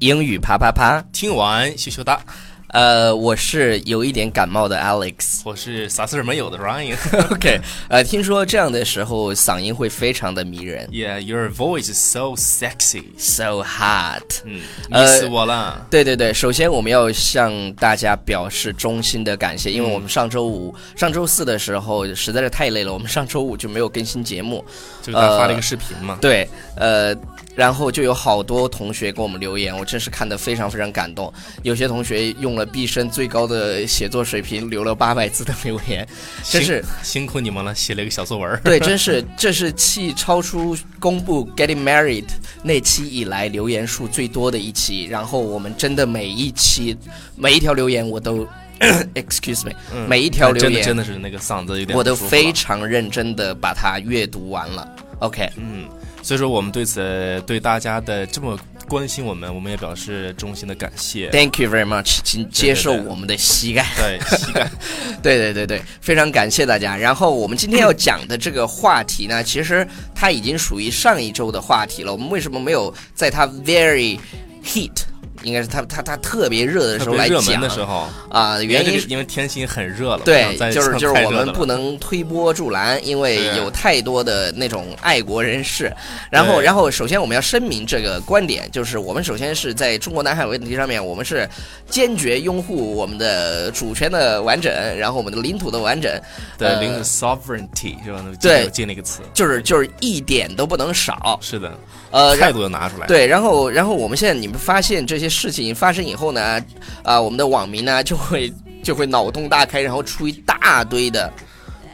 英语啪啪啪，听完羞羞哒，呃，我是有一点感冒的 Alex。我是啥事儿没有的 Ryan。 OK，呃，听说这样的时候嗓音会非常的迷人 Yeah, your voice is so sexy。 ，so hot。嗯，迷呃死我了。对对对，首先我们要向大家表示衷心的感谢，因为我们上周五、上周四的时候实在是太累了，我们上周五就没有更新节目。就是他发了一个视频嘛。对，呃，然后就有好多同学给我们留言，我真是看得非常非常感动。有些同学用了毕生最高的写作水平，留了八百字的留言，真辛是辛苦你们了，写了一个小作文 儿。对，真是这是继超出公布 Getting Married 那期以来留言数最多的一期。然后我们真的每一期每一条留言我都 ，excuse me，、每一条留真的言真的是嗯那个嗓子有点我都不舒服非了常认真的把它阅读完了。OK，嗯，所以说我们对此对大家的这么关心我们，我们也表示衷心的感谢。 Thank you very much，请接受对对我们的膝盖。对，膝盖，对对对对，非常感谢大家。然后我们今天要讲的这个话题呢，其实它已经属于上一周的话题了。我们为什么没有在它 very heat，应该是它它它特别热的时特候别来热门讲的 时候，啊、原因因为这是个因为天气很热了，不对想再，就是就是太我热们了不能推波助澜，因为对有太多的那种爱国人士。然后，对然后首先我们要声明这个观点，就是我们首先是在中国南海问题上面，我们是坚决拥护我们的主权的完整，然后我们的领土的完整，对呃零 sovereignty 是吧？对进那个词，就是就是一点都不能少。是的，呃，然态度要拿出来。对，然后然后我们现在你们发现这些事情发生以后呢，啊、我们的网民呢就会就会脑洞大开，然后出一大堆的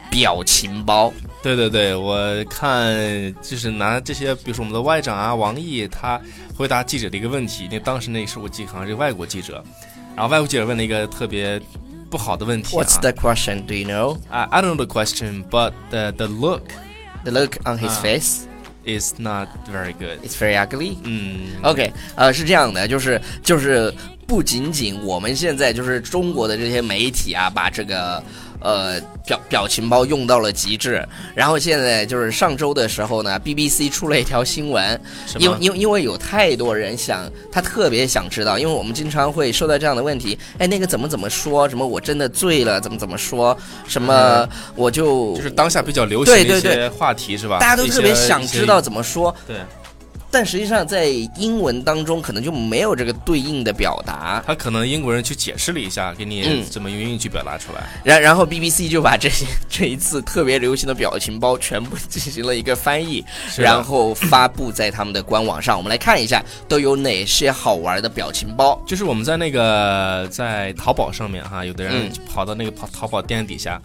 表情包。对对对，我看就是拿这些，比如说我们的外长啊，王毅他回答记者的一个问题，那当时那是我记得好像是个外国记者，然后外国记者问了一个特别不好的问题啊 What's the question? Do you know? I I don't know the question, but the the look The look on his 啊 face is not very good. is very ugly. 嗯 OK，呃，是这样的，就是就是不仅仅我们现在就是中国的这些媒体啊，把这个呃表表情包用到了极致，然后现在就是上周的时候呢，BBC 出了一条新闻，什因为么？因为因为有太多人想，他特别想知道，因为我们经常会收到这样的问题，哎，那个怎么怎么说？什么我真的醉了？怎么怎么说？什么我就嗯就是当下比较流行的对一对些话题是吧？大家都一些特别想知道。怎么说，一些对，但实际上在英文当中可能就没有这个对应的表达。他可能英国人去解释了一下，给你嗯怎么用英语去表达出来。然然后 BBC 就把这些这一次特别流行的表情包全部进行了一个翻译，是的然后发布在他们的官网上。我们来看一下都有哪些好玩的表情包。就是我们在那个在淘宝上面哈，有的人嗯就跑到那个淘淘宝店底下，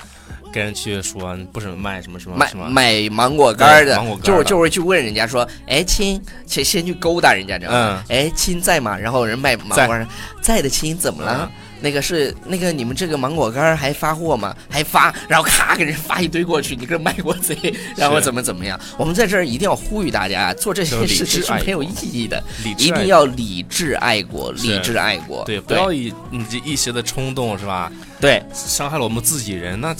跟人去说不准卖什么什么买什么，买芒果干儿对的芒果，干就儿的是就会去问人家说，哎亲，先先去勾搭人家，知嗯道吗？哎亲在吗？然后人卖芒果干儿，在的亲怎么了嗯？那个是那个你们这个芒果干儿还发货吗？ 还发，然后咔给人发一堆过去，你个卖国贼，然后怎么怎么样？我们在这儿一定要呼吁大家，做这就些是理事情智是爱没有国意义的，理智一定爱要理智爱国，是理智爱国，对，不对要以你这一时的冲动是吧，对伤害了我们自己人，那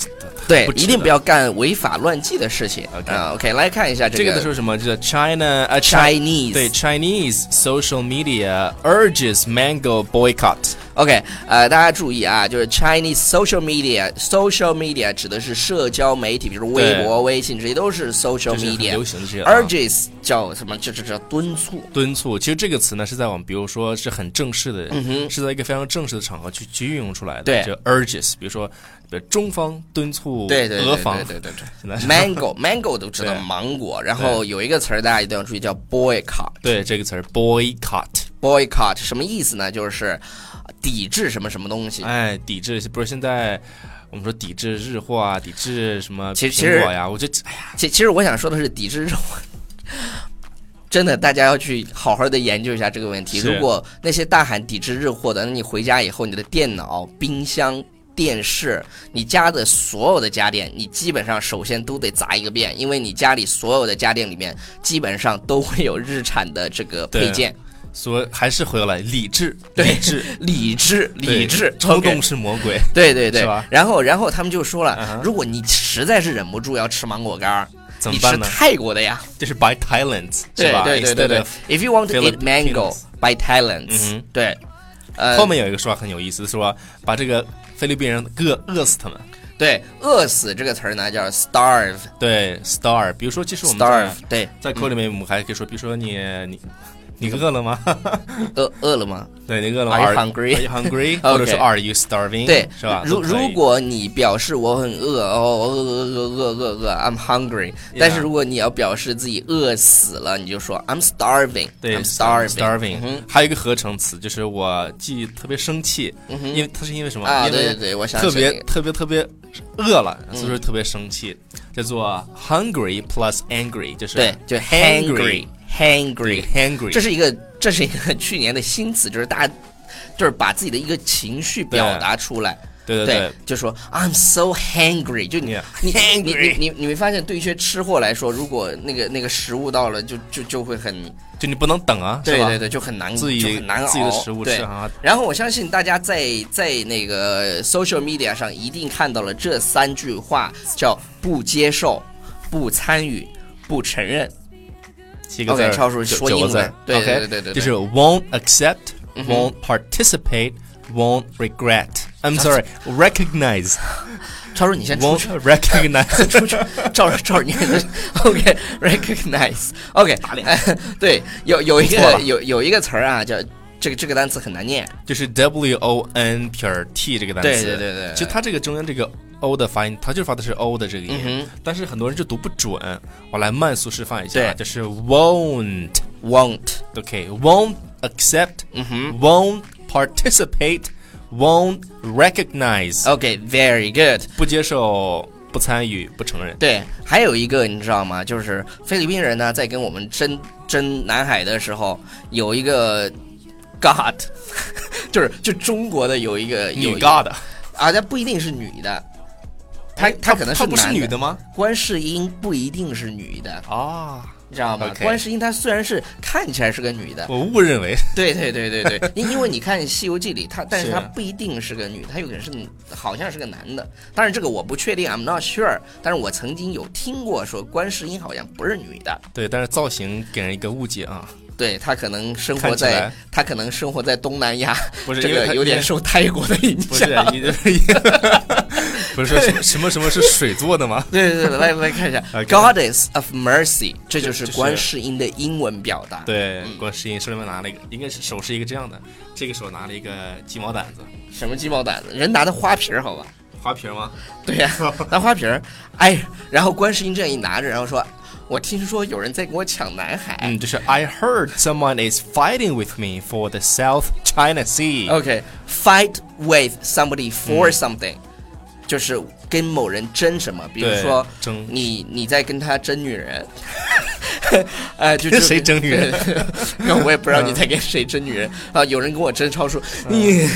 对不，值一定得不要干违法乱纪的事情 OK 啊。OK，来看一下这这个的个是什么？这叫 China 啊 China Chinese 对 Chinese social media urges mango boycott。 OK，呃，大家注意啊，就是 Chinese social media，social media 指的是社交媒体，比如微博、微信这些都是 social 这是很 media 流。行的这些啊 urges 叫什么？这这这敦促。敦促，其实这个词呢是在我们，比如说是很正式的，嗯哼是在一个非常正式的场合去去运用出来的。对就 urges，比如说，比如中方敦促对对俄对方对对对对。现在是 Mango Mango 都知道对芒果，然后有一个词儿大家一定要注意，叫 boycott。对这个词儿 boycott， boycott 什么意思呢？就是抵制什么什么东西。哎，抵制，不是现在我们说抵制日货啊，抵制什么其实苹果呀，我觉得哎呀，其其实我想说的是，抵制这种，真的，大家要去好好的研究一下这个问题。是如果那些大喊抵制日货的，那你回家以后，你的电脑、冰箱、电视，你家的所有的家电，你基本上首先都得砸一个遍，因为你家里所有的家电里面，基本上都会有日产的这个配对件。所以还是回来理智，对理智，理智，对 理智，冲 OK 动是魔鬼。对对对是吧。然后，然后他们就说嗯了哼，如果你实在是忍不住要吃芒果干儿，怎你么吃办呢？泰国的呀。这是 by talent 对是吧？哎对对对 Instead 对 of-。 If you want to eat Philippines mango, by talents 嗯。对，呃，后面有一个说法很有意思，说把这个菲律宾人饿饿死他们。对“饿死”这个词儿呢，叫 starve 对，starve。比如说，其实我们在 starve。对，在口里面，我们还可以说，比如说你你你饿了吗？ 饿饿了吗？对，你饿了吗 Are you Are hungry？ you hungry？ Okay 或者说 Are you starving？对，是吧？如都可以如果你表示我很饿，哦，饿饿饿饿饿饿，I'm hungry。但是如果你要表示自己饿死了，你就说 I'm starving。对 I'm starving。 starving，、嗯哼还有一个合成词，就是我既特别生气，因为它是因为什么？嗯啊，因为对对对，我想特起来嗯别了特别特别饿了，所以说特别生气，叫做 hungry plus angry，就是对，就 hangry hungry，hungry。 hungry，这是一个，这是一个 去年的新词，就是大家就是把自己的一个情绪表达出来。对对对，就说 I'm so hungry，就你 Yeah. 你你 Hangry 你你你没发现，对于一些吃货来说，如果那个那个食物到了，就就就会很就你不能等啊，对是吧对对，就很难自己就很难熬自己的食物吃对啊，然后我相信大家在在那个 social media 上一定看到了这三句话，叫不接受、不参与、不承认。七个字 OK，儿，超叔九说九英个字文儿，对对 OK，对对嗯对，就是对 won't accept, won't participate, won't regret. I'm sorry, recognize, 超叔你先出 won't 去。 recognize. 出去， 照着照着念的。OK，recognize，OK，、哎对，有有一错个了有有一个词儿啊，叫这个这个单词很难念。就是 W O N 撇儿 T 这个单词，对对对对对其实它这个中间这个 O 的发音，它就发的是 O 的这个音，嗯但是很多人就读不准。我来慢速示范一下对啊，就是 won't，OK，won't、哼，won't， won't accept，、嗯哼 won't participate，won't recognize，、哦，OK，very、good。不接受、不参与、不承认。对，还有一个你知道吗？就是菲律宾人呢，在跟我们争争南海的时候，有一个 God，就是就中国的有一个有一个女 god，哎啊，但不一定是女的，她她可能她不是男女的吗？观世音不一定是女的，啊，你知道吗 OK 观世音她虽然是看起来是个女的，我误认为对对对对 对，因因为你看《西游记》里她，但是是她不一定是个女，她有可能是好像是个男的，当然这个我不确定，I'm not sure，但是我曾经有听过说观世音好像不是女的，对，但是造型给人一个误解啊，对她可能生活看起在来她可能生活在东南亚，不是这因为个她有点受泰国的影不是响。 因为不是说什么什么什么是水做的吗？对对对，来来看一下 OK ，Goddess of Mercy，这就是这是观世音的英文表达。对，观世音手里面拿了一个，应该是手是一个这样的，这个手拿了一个鸡毛掸子，什么鸡毛掸子？人拿的花瓶儿，好吧？花瓶吗？对 呀、拿花瓶儿，哎，然后观世音这样一拿着，然后说：“我听说有人在跟我抢南海。嗯，就是 I heard someone is fighting with me for the South China Sea。哦 OK，fight、with somebody 嗯 for something，、就是跟某人争什么，比如对说争你你在跟他争女 人。哎，就就跟谁争女人？ 嗯那我也不知道你在跟谁争女人啊！有人跟我争超叔，你，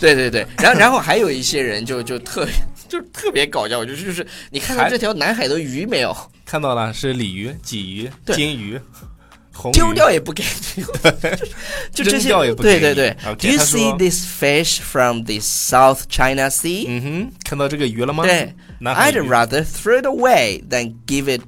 对对对，然后然后还有一些人就就特别 就是特别搞笑，就是就是你看到还这条南海的鱼没有？看到了，是鲤鱼、鲫鱼、对金鱼、红鱼。丢掉也不 给你，就这扔些掉也不对给对你对。 OK， Do you 他说 see this fish from the South China Sea？、嗯哼，看到这个鱼了吗？对南海，I'd 鱼 rather throw it away than give it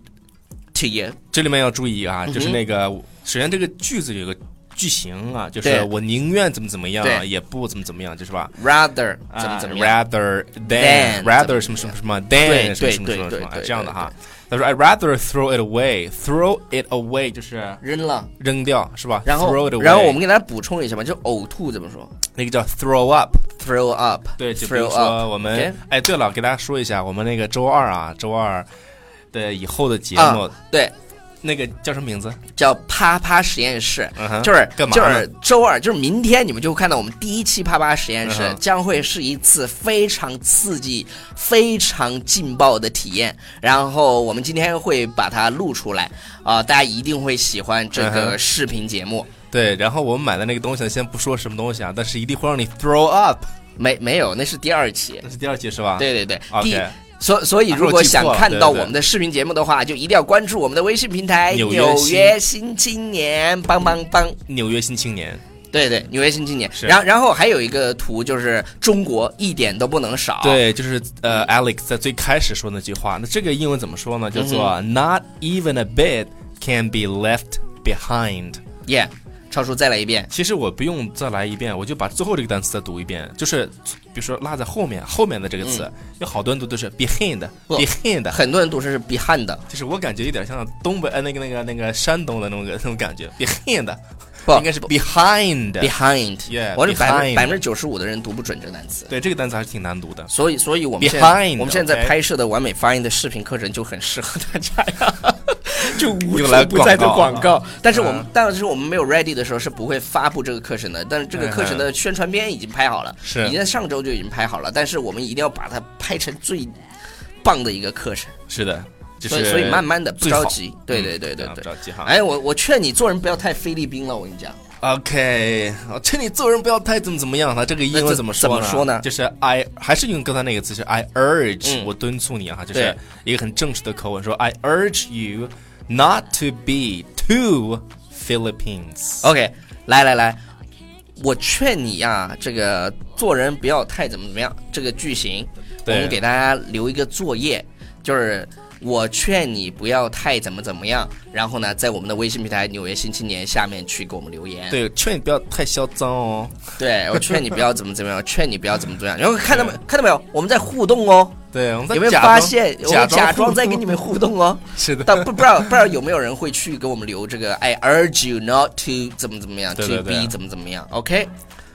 to you。这里面要注意嗯啊，就是那个，首先这个句子有个句型啊，就是对我宁愿怎么怎么样，对也不怎么怎么样，就是吧？ Rather 啊怎么怎么样？ ？Rather than than 怎 rather 么什么什么什么 than 对什么什么对什么什对么啊对这样的哈。他说 I rather throw it away. Throw it away 就是扔了。扔掉是吧？然后 throw it away，然后我们给大家补充一下吧，就呕吐怎么说那个叫 throw up。 ？Throw up。对，就比 throw 如 up。说我 OK 们哎，对了，给大家说一下，我们那个周二啊，周二的以后的节目啊，对，那个叫什么名字？叫啪啪实验室。嗯哼就是干嘛就呢是周二，就是明天，你们就会看到我们第一期啪啪实验室、嗯哼将会是一次非常刺激、非常劲爆的体验。然后我们今天会把它录出来啊、大家一定会喜欢这嗯个哼视频节目。对，然后我们买的那个东西呢，先不说什么东西啊，但是一定会让你 throw up。没没有，那是第二期。那是第二期是吧？对对对，第 OK，所所以啊如我果记错想了看对到对我们的视频节目的话，就一定要关注我们的微信平台《纽约纽新约新青年》，帮帮帮。纽约新青年对对，纽约新青年。是然后然后还有一个图就是中国一点都不能少。对，就是呃，Alex 在最开始说那句话，那这个英文怎么说呢？叫做、Not 嗯 even a bit can be left behind。耶超叔再来一遍。其实我不用再来一遍，我就把最后这个单词再读一遍，就是比如说落在后面后面的这个词，嗯有好多人读都是哦 behind，behind。很多人读成是 behind，的就是我感觉有点像东北呃那个那个那个山东的那种那种感觉，behind 不应该是 behind， behind。 Yeah，我是百分 behind 百分之九十五的人读不准这个单词。对这个单词还是挺难读的。所以，所以我们现在 Behind，我们现在 OK 拍摄的完美发音的视频课程就很适合大家 呀，就无又处来不在的广广告嗯告。但是我们，但是我们没有 ready 的时候是不会发布这个课程的。但是这个课程嗯的宣传片已经拍好了，是已经在上周就已经拍好了。但是我们一定要把它拍成最棒的一个课程。是的，就是所以，所以慢慢的不最好着急。对对对对嗯不对。着急哈。哎，我我劝你做人不要太菲律宾了，我跟你讲。 OK，我劝你做人不要太怎么怎么样了。这个英文那怎么怎说怎么说呢就是 I 还是用刚才那个词，就是 I urge，、嗯我敦促你啊，就是对一个很正式的口吻，说 I urge you not to be too Philippines。 OK，来来来，我劝你呀、这个做人不要太怎么怎么样。这个句型，我对们给大家留一个作业，就是我劝你不要太怎么怎么样。然后呢，在我们的微信平台《纽约新青年》下面去给我们留言。对，劝你不要太嚣张哦。 对，我劝你不要怎么怎么样，劝你不要怎么怎么样。然后看到没，看到没有，我们在互动哦。对，我们在有没有假发装现？我假们假装装在跟你们互动哦。是 的，但不不知道不知道有没有人会去给我们留这个 I urge you not to 怎么怎么样对对 to 对 be 怎么怎么样，OK，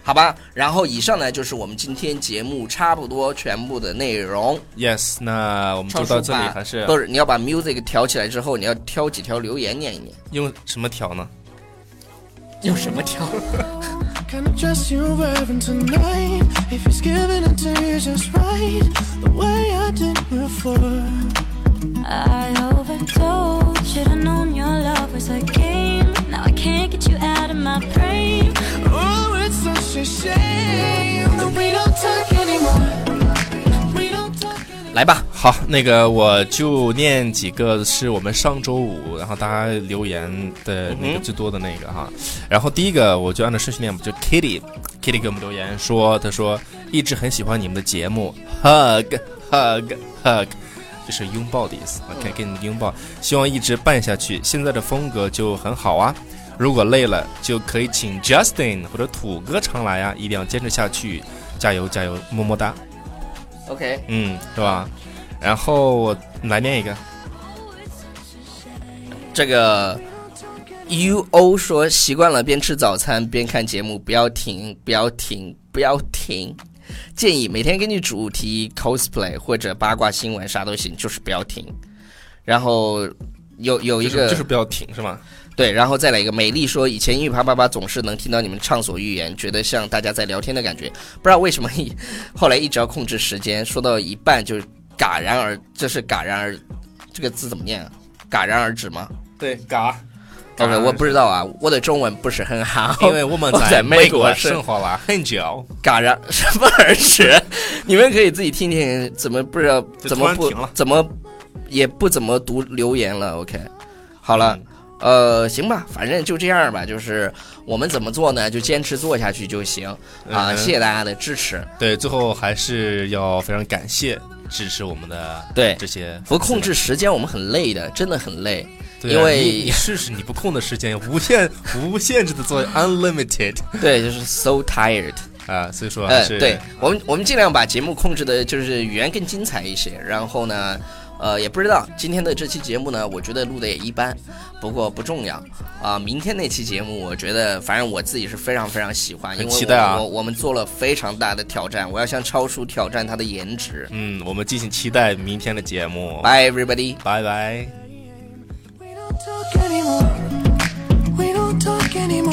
好吧。然后以上呢就是我们今天节目差不多全部的内容。 Yes，那我们超就叔到这里，把还是不是你要把 music 调起来之后，你要挑几条留言念一念。用什么调呢？用什么挑？ Kind of dress you wearing tonight? If he's giving it to you just right, the way I did before. I overdosed. Should've known your love was a game. Now I can't get you out of my brain. Oh, it's such a shame that we don't talk anymore. We don't talk anymore. 来吧，好，那个我就念几个是我们上周五，然后大家留言的那个最多的那个哈。然后第一个我就按照顺序念吧，就 Kitty，Kitty 给我们留言说，她说一直很喜欢你们的节目，hug hug hug，就是拥抱的意思，可以给你们拥抱，希望一直办下去。现在的风格就很好啊。如果累了，就可以请 Justin 或者土哥常来啊，一定要坚持下去，加油加油，么么哒。 OK，嗯，是吧？然后我来念一个，Oh, 这个 U O 说习惯了边吃早餐边看节目，不要停，不要停，不要停。建议每天根据主题 cosplay 或者八卦新闻啥都行，就是不要停。然后有有一就是个、就是不要停，是吗？对，然后再来一个美丽说，以前英语啪啪啪总是能听到你们畅所欲言，觉得像大家在聊天的感觉，不知道为什么一后来一直要控制时间，说到一半就戛然而，这是戛然而，这个字怎么念啊？戛然而止吗？对， 嘎。 OK，我不知道啊，我的中文不是很 好，因为我们在美国生活了很久，嘎然什么耳 屎，你们可以自己听听，怎么不知道就怎么突然不停了怎么也不怎么读留言了。OK，好嗯了。呃，行吧，反正就这样吧，就是我们怎么做呢？就坚持做下去就行啊、嗯哼谢谢大家的支持。对，最后还是要非常感谢支持我们的对这些，不控制时间，我们很累的，真的很 累。对啊，因为你你试试你不空的时间， 无限无限制的做 unlimited 对，就是 so tired。啊，所以说还呃，是对我们，我们尽量把节目控制的，就是语言更精彩一些。然后呢，呃，也不知道今天的这期节目呢，我觉得录的也一般，不过不重要啊、明天那期节目，我觉得反正我自己是非常非常喜欢，因为很我期待啊我我们做了非常大的挑战，我要向超叔挑战他的颜值。嗯，我们敬请期待明天的节目， Bye everybody。拜拜。 We don't talk anymore. We don't talk anymore.